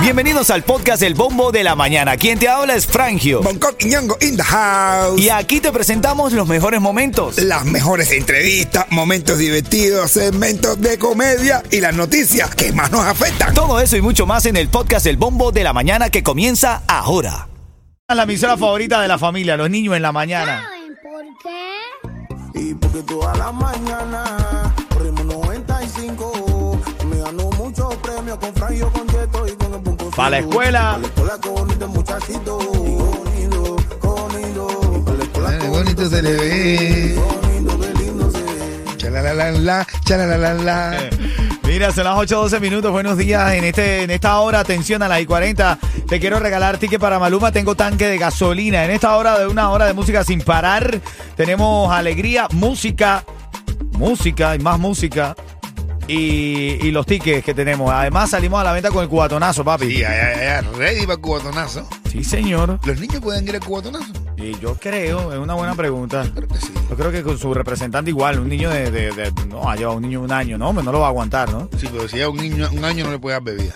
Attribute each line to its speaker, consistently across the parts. Speaker 1: Bienvenidos al podcast El Bombo de la Mañana. Quien te habla es Frangio.
Speaker 2: Bangkok y Ñongo in the house.
Speaker 1: Y aquí te presentamos los mejores momentos.
Speaker 2: Las mejores entrevistas, momentos divertidos, segmentos de comedia y las noticias que más nos afectan.
Speaker 1: Todo eso y mucho más en el podcast El Bombo de la Mañana que comienza ahora. La emisora favorita de la familia, los niños en la mañana.
Speaker 3: ¿Saben por qué?
Speaker 4: Y porque todas las mañanas corrimos 95. Me ganó muchos premios con Fran, yo con Yeto y con el Bumbo.
Speaker 1: Pa' la escuela.
Speaker 4: Para la escuela, qué bonito muchachito. Conido, conido. Para la escuela,
Speaker 2: Qué Eh, bonito se le ve.
Speaker 4: conido, qué lindo se ve.
Speaker 2: Chalalalalá, chalalalalá.
Speaker 1: Mira, son las 8.12 minutos. Buenos días. En, este, en esta hora, atención a las y 40. Te quiero regalar ticket para Maluma. Tengo tanque de gasolina. En esta hora de una hora de música sin parar, tenemos alegría, música, música y más música. Y, y los tickets que tenemos. Además, salimos a la venta con el cubatonazo, papi.
Speaker 2: Y ay, ay, ay, ready para cubatonazo.
Speaker 1: Sí, señor.
Speaker 2: ¿Los niños pueden ir al cubatonazo?
Speaker 1: Y yo creo, es una buena pregunta.
Speaker 2: Creo que sí.
Speaker 1: Yo creo que con su representante igual, un niño de... de- de- no, ha llevado un niño un año, no, hombre, no lo va a aguantar, ¿no?
Speaker 2: Sí, pero si es un niño, un año no le puedes dar bebida.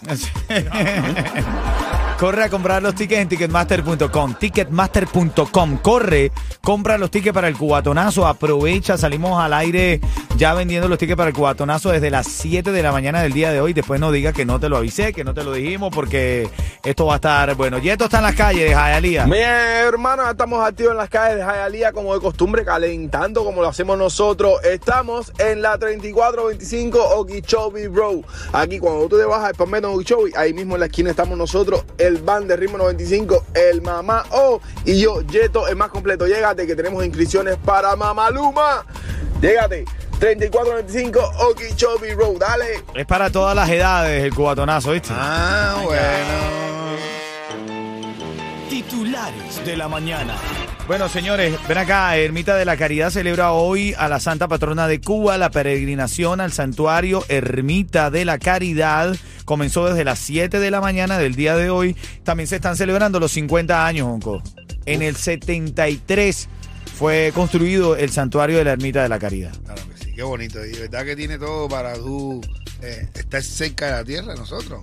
Speaker 1: Corre a comprar los tickets en ticketmaster.com. Ticketmaster.com. Corre, compra los tickets para el cubatonazo. Aprovecha, salimos al aire ya vendiendo los tickets para el cubatonazo desde las 7 de la mañana del día de hoy. Después no digas que no te lo avisé, que no te lo dijimos, porque esto va a estar bueno. Yeto está en las calles de Jayalía.
Speaker 5: Mi hermano, ya estamos activos en las calles de Jayalía como de costumbre, calentando como lo hacemos nosotros. Estamos en la 3425 Okeechobee Road. Aquí cuando tú te bajas al Palmetto en Okeechobee, ahí mismo en la esquina estamos nosotros, el band de Ritmo 95, el Mamá O y yo, Yeto, el más completo. Llégate que tenemos inscripciones para Mamaluma. Llégate, 3425 Okeechobee Road, dale.
Speaker 1: Es para todas las edades el cubatonazo, ¿viste?
Speaker 2: Ah, bueno.
Speaker 1: Titulares de la mañana. Bueno, señores, ven acá. Ermita de la Caridad celebra hoy a la Santa Patrona de Cuba. La peregrinación al santuario Ermita de la Caridad comenzó desde las 7 de la mañana del día de hoy. También se están celebrando los 50 años, Onco. En el 73 fue construido el santuario de la Ermita de la Caridad.
Speaker 2: Claro que sí, qué bonito. Y verdad que tiene todo para tú eh, estar cerca de la tierra, nosotros.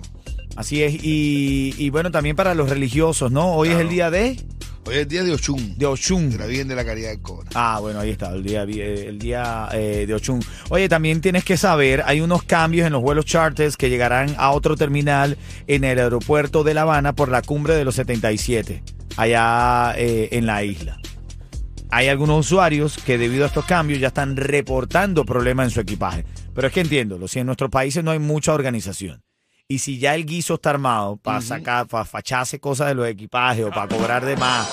Speaker 1: Así es. Y, y bueno, también para los religiosos, ¿no? Hoy es el día de,
Speaker 2: Hoy es el día de Ochun,
Speaker 1: de Oshun.
Speaker 2: de la Virgen de la Caridad del Cobra.
Speaker 1: Ah, bueno, ahí está, el día, el día eh, de Ochun. Oye, también tienes que saber, hay unos cambios en los vuelos charters que llegarán a otro terminal en el aeropuerto de La Habana por la cumbre de los 77, allá eh, en la isla. Hay algunos usuarios que debido a estos cambios ya están reportando problemas en su equipaje. Pero es que entiéndolo, si en nuestros países no hay mucha organización. Y si ya el guiso está armado para sacar, para facharse cosas de los equipajes o para cobrar de más,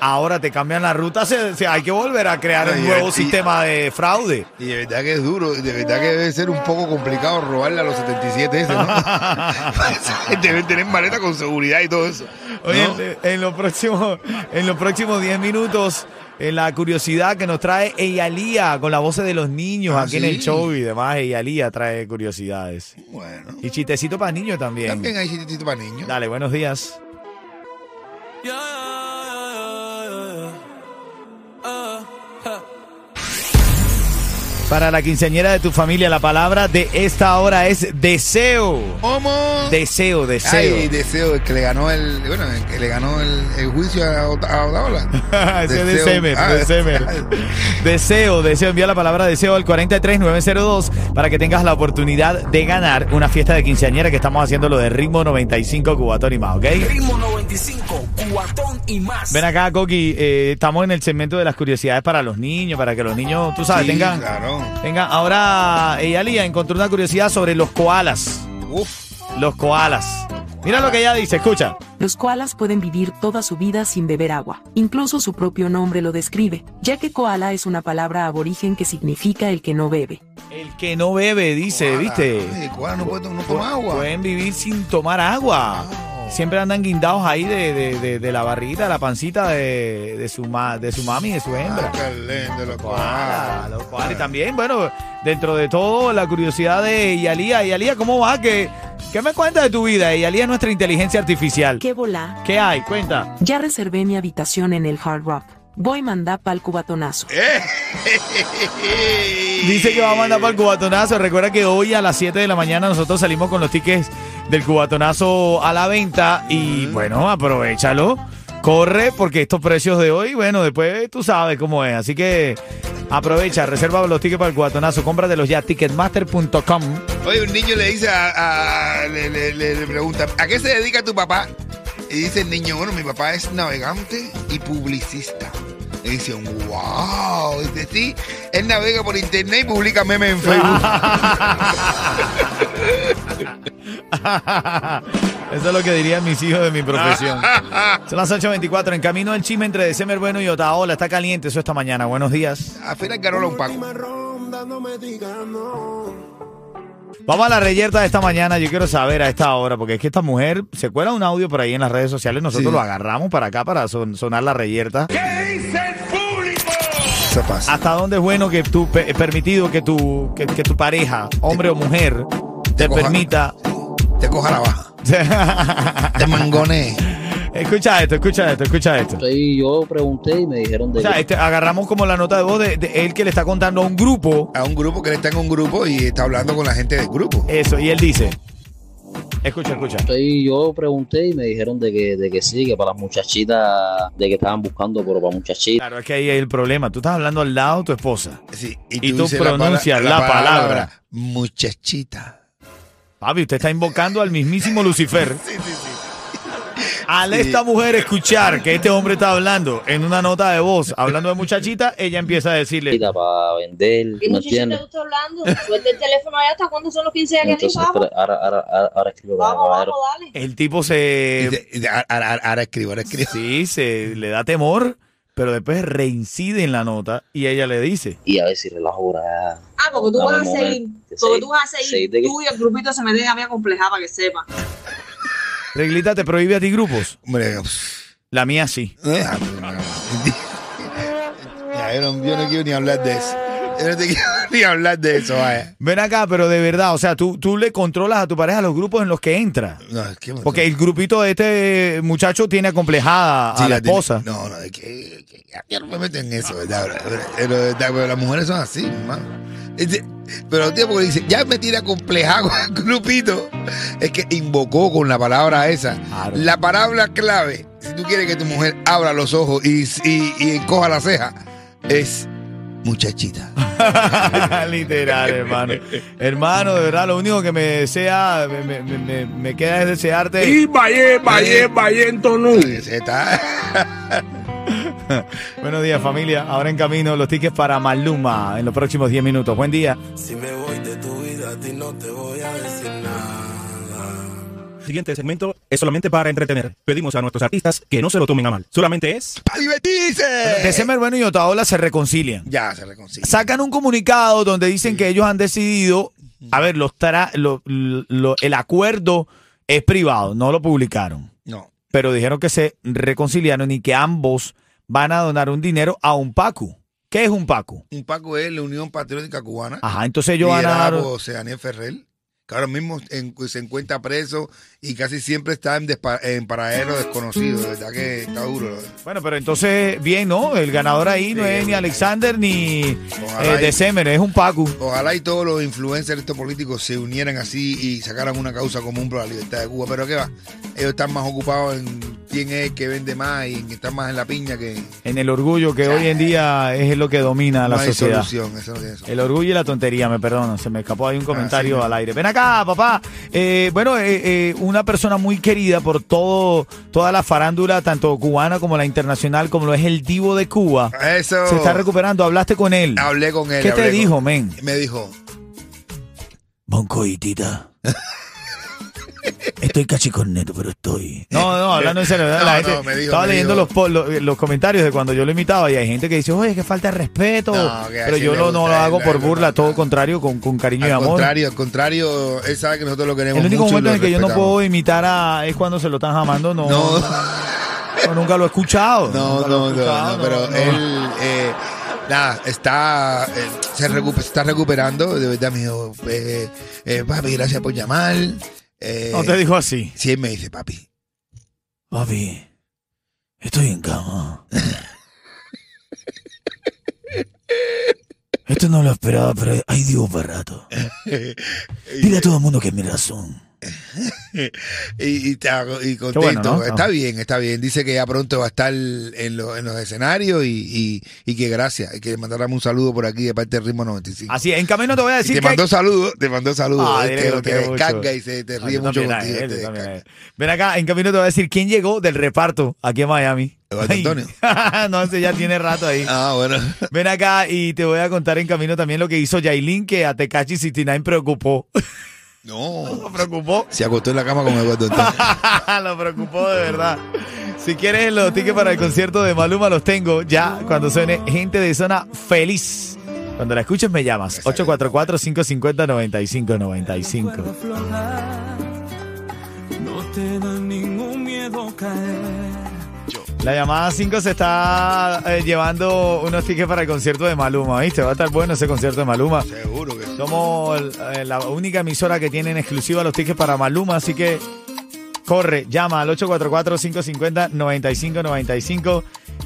Speaker 1: ahora te cambian la ruta, se, se- hay que volver a crear
Speaker 2: Ay,
Speaker 1: un nuevo
Speaker 2: y-
Speaker 1: sistema de fraude.
Speaker 2: Y de verdad que es duro, de verdad que debe ser un poco complicado robarle a los 77 ese, ¿no? Deben tener maleta con seguridad y todo eso. ¿no?
Speaker 1: Oye, en- en los próximos en los próximos 10 minutos, en la curiosidad que nos trae Eyalía con la voz de los niños
Speaker 2: Ah,
Speaker 1: aquí en el
Speaker 2: sí.
Speaker 1: show y demás, Eyalía trae curiosidades.
Speaker 2: Bueno,
Speaker 1: Y chistecito para niños también.
Speaker 2: también hay chistito para niños.
Speaker 1: Dale, buenos días.
Speaker 4: Yeah, yeah, yeah, yeah, yeah.
Speaker 1: Para la quinceañera de tu familia, la palabra de esta hora es deseo.
Speaker 2: ¿Cómo?
Speaker 1: Deseo,
Speaker 2: Ay,
Speaker 1: deseo.
Speaker 2: deseo, el que le ganó el, bueno, el que le ganó el, el juicio a, Ot- a Otaola.
Speaker 1: Ese es de Semer,
Speaker 2: Ah,
Speaker 1: de Semer. Deseo, deseo, envía la palabra deseo al 43902 para que tengas la oportunidad de ganar una fiesta de quinceañera que estamos haciendo lo de ritmo 95 cubatón y más, ¿ok?
Speaker 6: Ritmo 95, cuatón y más.
Speaker 1: Ven acá, Coqui, eh, estamos en el segmento de las curiosidades para los niños, para que los niños, tú sabes,
Speaker 2: Sí,
Speaker 1: tengan...
Speaker 2: claro.
Speaker 1: tengan- ahora, ella Lía encontró una curiosidad sobre los koalas.
Speaker 2: Uf,
Speaker 1: Los koalas. Mira lo que ella dice, escucha.
Speaker 7: Los koalas pueden vivir toda su vida sin beber agua. Incluso su propio nombre lo describe, ya que koala es una palabra aborigen que significa el que no bebe.
Speaker 1: El que no bebe, dice,
Speaker 2: koala.
Speaker 1: ¿viste?
Speaker 2: Ay, koala no puede to- no toma agua.
Speaker 1: Pueden vivir sin tomar agua.
Speaker 2: Wow.
Speaker 1: Siempre andan guindados ahí de, de- de- de la barrita, la pancita de, de su, ma- de su mami, de su hembra.
Speaker 2: Ah, qué lindo, los
Speaker 1: Koala, los koalas. Y
Speaker 2: koalas.
Speaker 1: también, bueno, dentro de todo, la curiosidad de Yalía. Yalía, ¿cómo va? ¿Qué, qué me cuentas de tu vida? Yalía, nuestra inteligencia artificial.
Speaker 7: ¡Qué volá!
Speaker 1: ¿Qué hay? Cuenta.
Speaker 7: Ya reservé mi habitación en el Hard Rock. voy mandá pa'l cubatonazo.
Speaker 1: Dice que va a mandar para el cubatonazo. Recuerda que hoy a las 7 de la mañana nosotros salimos con los tickets del cubatonazo a la venta. Y bueno, aprovechalo. Corre, porque estos precios de hoy, bueno, después tú sabes cómo es. Así que aprovecha, reserva los tickets para el cubatonazo. Cómpratelos ya, ticketmaster.com.
Speaker 2: Oye, un niño le dice a. a- le, le- le- le pregunta, ¿a qué se dedica tu papá? Y dice el niño, bueno, mi papá es navegante y publicista. Y dice, wow. Dice, sí, él navega por internet y publica memes en Facebook.
Speaker 1: Eso es lo que dirían mis hijos de mi profesión. Son las 8.24. En camino el chisme entre December Bueno y Otaola. Está caliente eso esta mañana. Buenos días.
Speaker 2: Al final ganó un Paco.
Speaker 4: Última ronda, no me digas no.
Speaker 1: Vamos a la reyerta de esta mañana. Yo quiero saber a esta hora, porque es que esta mujer se cuela un audio por ahí en las redes sociales. Nosotros
Speaker 2: Sí.
Speaker 1: lo agarramos para acá para son- sonar la reyerta.
Speaker 2: Eso pasa.
Speaker 1: ¿Hasta dónde es bueno que tú pe- eh, permitido que tu, que, que tu pareja, hombre o mujer, te
Speaker 2: Te coja.
Speaker 1: permita?
Speaker 2: Te coja la baja. Te mangone.
Speaker 1: escucha esto, escucha esto, escucha esto.
Speaker 3: Y yo pregunté y me dijeron
Speaker 1: O
Speaker 3: de
Speaker 1: sea, este, agarramos como la nota de voz de, de él que le está contando a un grupo
Speaker 2: A un grupo que él está en un grupo y está hablando con la gente del grupo.
Speaker 1: eso, y él dice. Escucha, escucha.
Speaker 3: y yo pregunté y me dijeron de que, de que sí, que para las muchachitas, de que estaban buscando, pero para muchachitas.
Speaker 1: Claro, es que ahí hay el problema. Tú estás hablando al lado de tu esposa.
Speaker 2: Sí,
Speaker 1: Y tú
Speaker 2: dices la pala-
Speaker 1: pronuncias la palabra.
Speaker 2: Muchachita.
Speaker 1: Papi, usted está invocando al mismísimo Lucifer. Al esta mujer escuchar que este hombre está hablando en una nota de voz, hablando de muchachita, ella empieza a decirle,
Speaker 3: para vender,
Speaker 8: ¿Y
Speaker 3: ¿me
Speaker 8: muchachito
Speaker 3: entiendes?
Speaker 8: te gusta hablando? Suelta el teléfono allá hasta cuándo son los 15 años.
Speaker 3: Entonces,
Speaker 8: vamos,
Speaker 3: espera, ahora, ahora, ahora, ahora escribo para
Speaker 8: vamos,
Speaker 3: caballero.
Speaker 8: vamos, dale.
Speaker 1: el tipo
Speaker 2: Y
Speaker 1: se...
Speaker 2: te- y te- ahora- Ahora ahora escribo, ahora escribo.
Speaker 1: Sí, se le da temor, pero después reincide en la nota y ella le dice.
Speaker 3: Y a ver si relajo por allá.
Speaker 8: Ah, porque tú vas
Speaker 3: Dame
Speaker 8: a
Speaker 3: un
Speaker 8: seguir.
Speaker 3: momento.
Speaker 8: Porque
Speaker 3: Sí,
Speaker 8: tú vas a
Speaker 3: sí,
Speaker 8: seguir.
Speaker 3: de que-
Speaker 8: Tú y el grupito se me den a mí a complejar para que sepa.
Speaker 1: Reglita, ¿te prohíbe a ti grupos?
Speaker 2: Hombre, pff,
Speaker 1: La mía sí.
Speaker 2: ah, pero no. Ya, yo, no, yo no quiero ni hablar de eso. Yo no te quiero ni hablar de eso, vaya.
Speaker 1: Ven acá, pero de verdad, o sea, tú, tú le controlas a tu pareja los grupos en los que entra.
Speaker 2: No, es que-
Speaker 1: Porque el grupito de este muchacho tiene acomplejada
Speaker 2: Sí,
Speaker 1: a la
Speaker 2: tiene-
Speaker 1: esposa.
Speaker 2: No, no, es que, que- ya, ya no me meto en eso, ¿verdad? Pero- Pero, pero- verdad, pero las mujeres son así, hermano. Es de- Pero tío, porque dice, ya me tira complejado con el grupito. Es que invocó con la palabra esa.
Speaker 1: Claro.
Speaker 2: La palabra clave, si tú quieres que tu mujer abra los ojos y, y, y encoja la ceja, es muchachita.
Speaker 1: Literal, hermano. hermano, de verdad, lo único que me desea, me, me- me- me- me queda es
Speaker 6: Eh.
Speaker 1: desearte.
Speaker 4: Eh.
Speaker 2: Se está.
Speaker 1: Buenos días, familia. Ahora en camino los tickets para Maluma en los próximos 10 minutos. Buen día.
Speaker 4: Si me voy de tu vida, a ti no te voy a decir nada.
Speaker 9: siguiente segmento es solamente para entretener. Pedimos a nuestros artistas que no se lo tomen a mal. Solamente es...
Speaker 2: ¡Pa' divertirse!
Speaker 1: December Bueno y Otaola se reconcilian.
Speaker 2: Ya se reconcilia.
Speaker 1: Sacan un comunicado donde dicen que ellos han decidido. A ver, los tra- lo- lo- el acuerdo es privado, no lo publicaron.
Speaker 2: No.
Speaker 1: Pero dijeron que se reconciliaron y que ambos van a donar un dinero a un Pacu. ¿Qué es un Pacu?
Speaker 2: Un Paco es la Unión Patriótica Cubana.
Speaker 1: Ajá, entonces ellos van a
Speaker 2: liderada
Speaker 1: dar.
Speaker 2: por José Daniel Ferrer, que ahora mismo en- se encuentra preso y casi siempre está en, despa- en paradero desconocido. De verdad que está duro.
Speaker 1: Bueno, pero entonces, bien, ¿no? El ganador ahí no
Speaker 2: Sí,
Speaker 1: es ni
Speaker 2: ojalá.
Speaker 1: Alexander ni
Speaker 2: Ojalá
Speaker 1: eh,
Speaker 2: y-
Speaker 1: December, es un Pacu.
Speaker 2: Ojalá y todos los influencers estos políticos se unieran así y sacaran una causa común por la libertad de Cuba. Pero qué va, ellos están más ocupados en quién es el que vende más y en que están más en la piña que
Speaker 1: En el orgullo que hoy en día es lo que domina
Speaker 2: no
Speaker 1: la
Speaker 2: hay
Speaker 1: sociedad.
Speaker 2: solución. Eso no tiene solución.
Speaker 1: El orgullo y la tontería, me perdono, se me escapó ahí un comentario
Speaker 2: sí,
Speaker 1: al aire. Ven acá, papá. Eh, bueno, eh, eh, una persona muy querida por todo, toda la farándula, tanto cubana como la internacional, como lo es el divo de Cuba.
Speaker 2: Eso.
Speaker 1: Se está recuperando, hablaste con él.
Speaker 2: Hablé con él.
Speaker 1: ¿Qué te
Speaker 2: hablé con-
Speaker 1: dijo, men?
Speaker 2: Me dijo,
Speaker 1: Boncoitita. Estoy cachicorneto, pero estoy. No, no, hablando en serio. la
Speaker 2: No,
Speaker 1: gente-
Speaker 2: no, me dijo,
Speaker 1: estaba
Speaker 2: me
Speaker 1: leyendo
Speaker 2: dijo.
Speaker 1: los, po- lo- los, comentarios de cuando yo lo imitaba y hay gente que dice, oye, que falta de respeto.
Speaker 2: No, que
Speaker 1: pero
Speaker 2: así
Speaker 1: yo
Speaker 2: le
Speaker 1: lo- no
Speaker 2: gusta
Speaker 1: lo
Speaker 2: a él,
Speaker 1: hago
Speaker 2: a
Speaker 1: por
Speaker 2: él le
Speaker 1: burla,
Speaker 2: gusta.
Speaker 1: todo contrario, con, con cariño y
Speaker 2: al
Speaker 1: amor.
Speaker 2: contrario, al contrario, él sabe que nosotros lo queremos
Speaker 1: El único
Speaker 2: mucho y
Speaker 1: momento en el
Speaker 2: lo
Speaker 1: que yo no
Speaker 2: respetamos.
Speaker 1: puedo imitar a, es cuando se lo están jamando. No,
Speaker 2: No.
Speaker 1: no, nunca lo he escuchado.
Speaker 2: No,
Speaker 1: nunca lo
Speaker 2: no,
Speaker 1: he
Speaker 2: no,
Speaker 1: escuchado,
Speaker 2: no, pero
Speaker 1: no.
Speaker 2: él, eh, nada, está, eh, se, recu- se está recuperando, de verdad me dijo, eh, eh, papi, gracias por llamar. Eh,
Speaker 1: No te dijo así.
Speaker 2: Sí, él me dice, papi,
Speaker 1: Papi, estoy en cama. Esto no lo esperaba, pero hay Dios barato. Dile a todo el mundo que es mi razón.
Speaker 2: Y, y está- y contento.
Speaker 1: bueno, ¿no?
Speaker 2: Está
Speaker 1: Ah.
Speaker 2: bien, está bien. Dice que ya pronto va a estar en, lo- en los escenarios y, y- y que gracias. Y que mandarme un saludo por aquí de parte de Ritmo 95.
Speaker 1: Así es, en camino te voy a
Speaker 2: Y
Speaker 1: decir
Speaker 2: te
Speaker 1: que...
Speaker 2: mandó saludos, te mandó saludos. eh,
Speaker 1: Ah,
Speaker 2: Él
Speaker 1: dile
Speaker 2: te,
Speaker 1: que lo
Speaker 2: te
Speaker 1: quiero
Speaker 2: descarga
Speaker 1: mucho.
Speaker 2: y se te
Speaker 1: Ah,
Speaker 2: ríe
Speaker 1: yo
Speaker 2: mucho
Speaker 1: también a
Speaker 2: contigo. este.
Speaker 1: él,
Speaker 2: te
Speaker 1: yo también a él.
Speaker 2: descarga.
Speaker 1: Ven acá, en camino te voy a decir quién llegó del reparto aquí en Miami.
Speaker 2: Eduardo
Speaker 1: Ay,
Speaker 2: Antonio.
Speaker 1: no, ese ya tiene rato ahí.
Speaker 2: Ah, bueno.
Speaker 1: Ven acá y te voy a contar en camino también lo que hizo Yailin, que a Tecachi 69 preocupó.
Speaker 2: No.
Speaker 1: preocupó.
Speaker 2: Se acostó en la cama con Eduardo Antonio.
Speaker 1: lo preocupó de verdad. Si quieres los tickets para el concierto de Maluma, los tengo ya cuando suene Gente de Zona Feliz. Cuando la escuches me llamas. 844-550-9595.
Speaker 6: No te da ningún miedo caer.
Speaker 1: La llamada 5 se está eh, llevando unos tickets para el concierto de Maluma, ¿viste? Va a estar bueno ese concierto de Maluma.
Speaker 2: Seguro que sí.
Speaker 1: Somos eh, la única emisora que tiene en exclusiva los tickets para Maluma, así que corre, llama al 844-550-9595.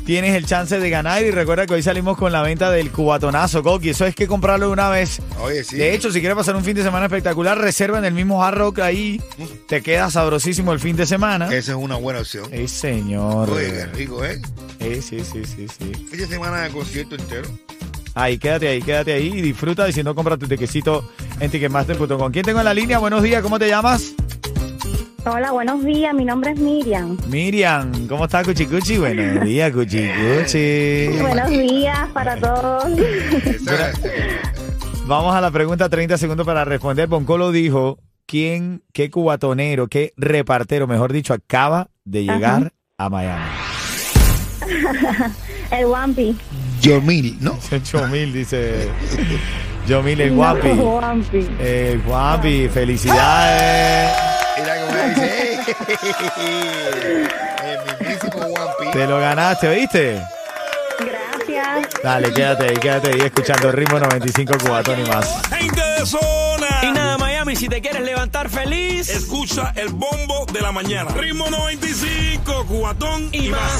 Speaker 1: Tienes el chance de ganar y recuerda que hoy salimos con la venta del cubatonazo, Coqui. Eso es que comprarlo de una vez.
Speaker 2: Oye, sí.
Speaker 1: De hecho, si quieres pasar un fin de semana espectacular, reserva en el mismo Hard Rock ahí. Te queda sabrosísimo el fin de semana.
Speaker 2: Esa es una buena opción.
Speaker 1: Ey, señor.
Speaker 2: Oye, qué rico, ¿eh?
Speaker 1: Ey, sí, sí, sí, sí.
Speaker 2: Esta semana de concierto entero.
Speaker 1: Ahí, quédate ahí, quédate ahí y disfruta. Y si no, compra tu tequecito en Ticketmaster.com. ¿Quién tengo en la línea? Buenos días, ¿cómo te llamas?
Speaker 10: Hola, buenos días. Mi nombre es Miriam.
Speaker 1: Miriam, ¿cómo estás, Cuchicuchi? Buenos días, Cuchicuchi.
Speaker 10: Buenos días para todos.
Speaker 2: Esa- este,
Speaker 1: Vamos a la pregunta, 30 segundos para responder. Boncolo dijo, ¿quién, qué cubatonero, qué repartero, mejor dicho, acaba de llegar a Miami?
Speaker 10: El Wampi.
Speaker 2: Yomil, ¿no?
Speaker 1: Chomil, dice. Chomil, el guapi.
Speaker 10: No, Wampi.
Speaker 1: El guapi, felicidades.
Speaker 2: Era como dice, "Eh, el mismísimo One Piece.
Speaker 1: Te lo ganaste, ¿oíste?
Speaker 10: Gracias.
Speaker 1: Dale, quédate ahí, quédate ahí escuchando Ritmo 95 Cubatón y más.
Speaker 6: Gente de zona. Y nada, Miami, si te quieres levantar feliz,
Speaker 4: Escucha el bombo de la mañana.
Speaker 6: Ritmo 95, cuatón y más.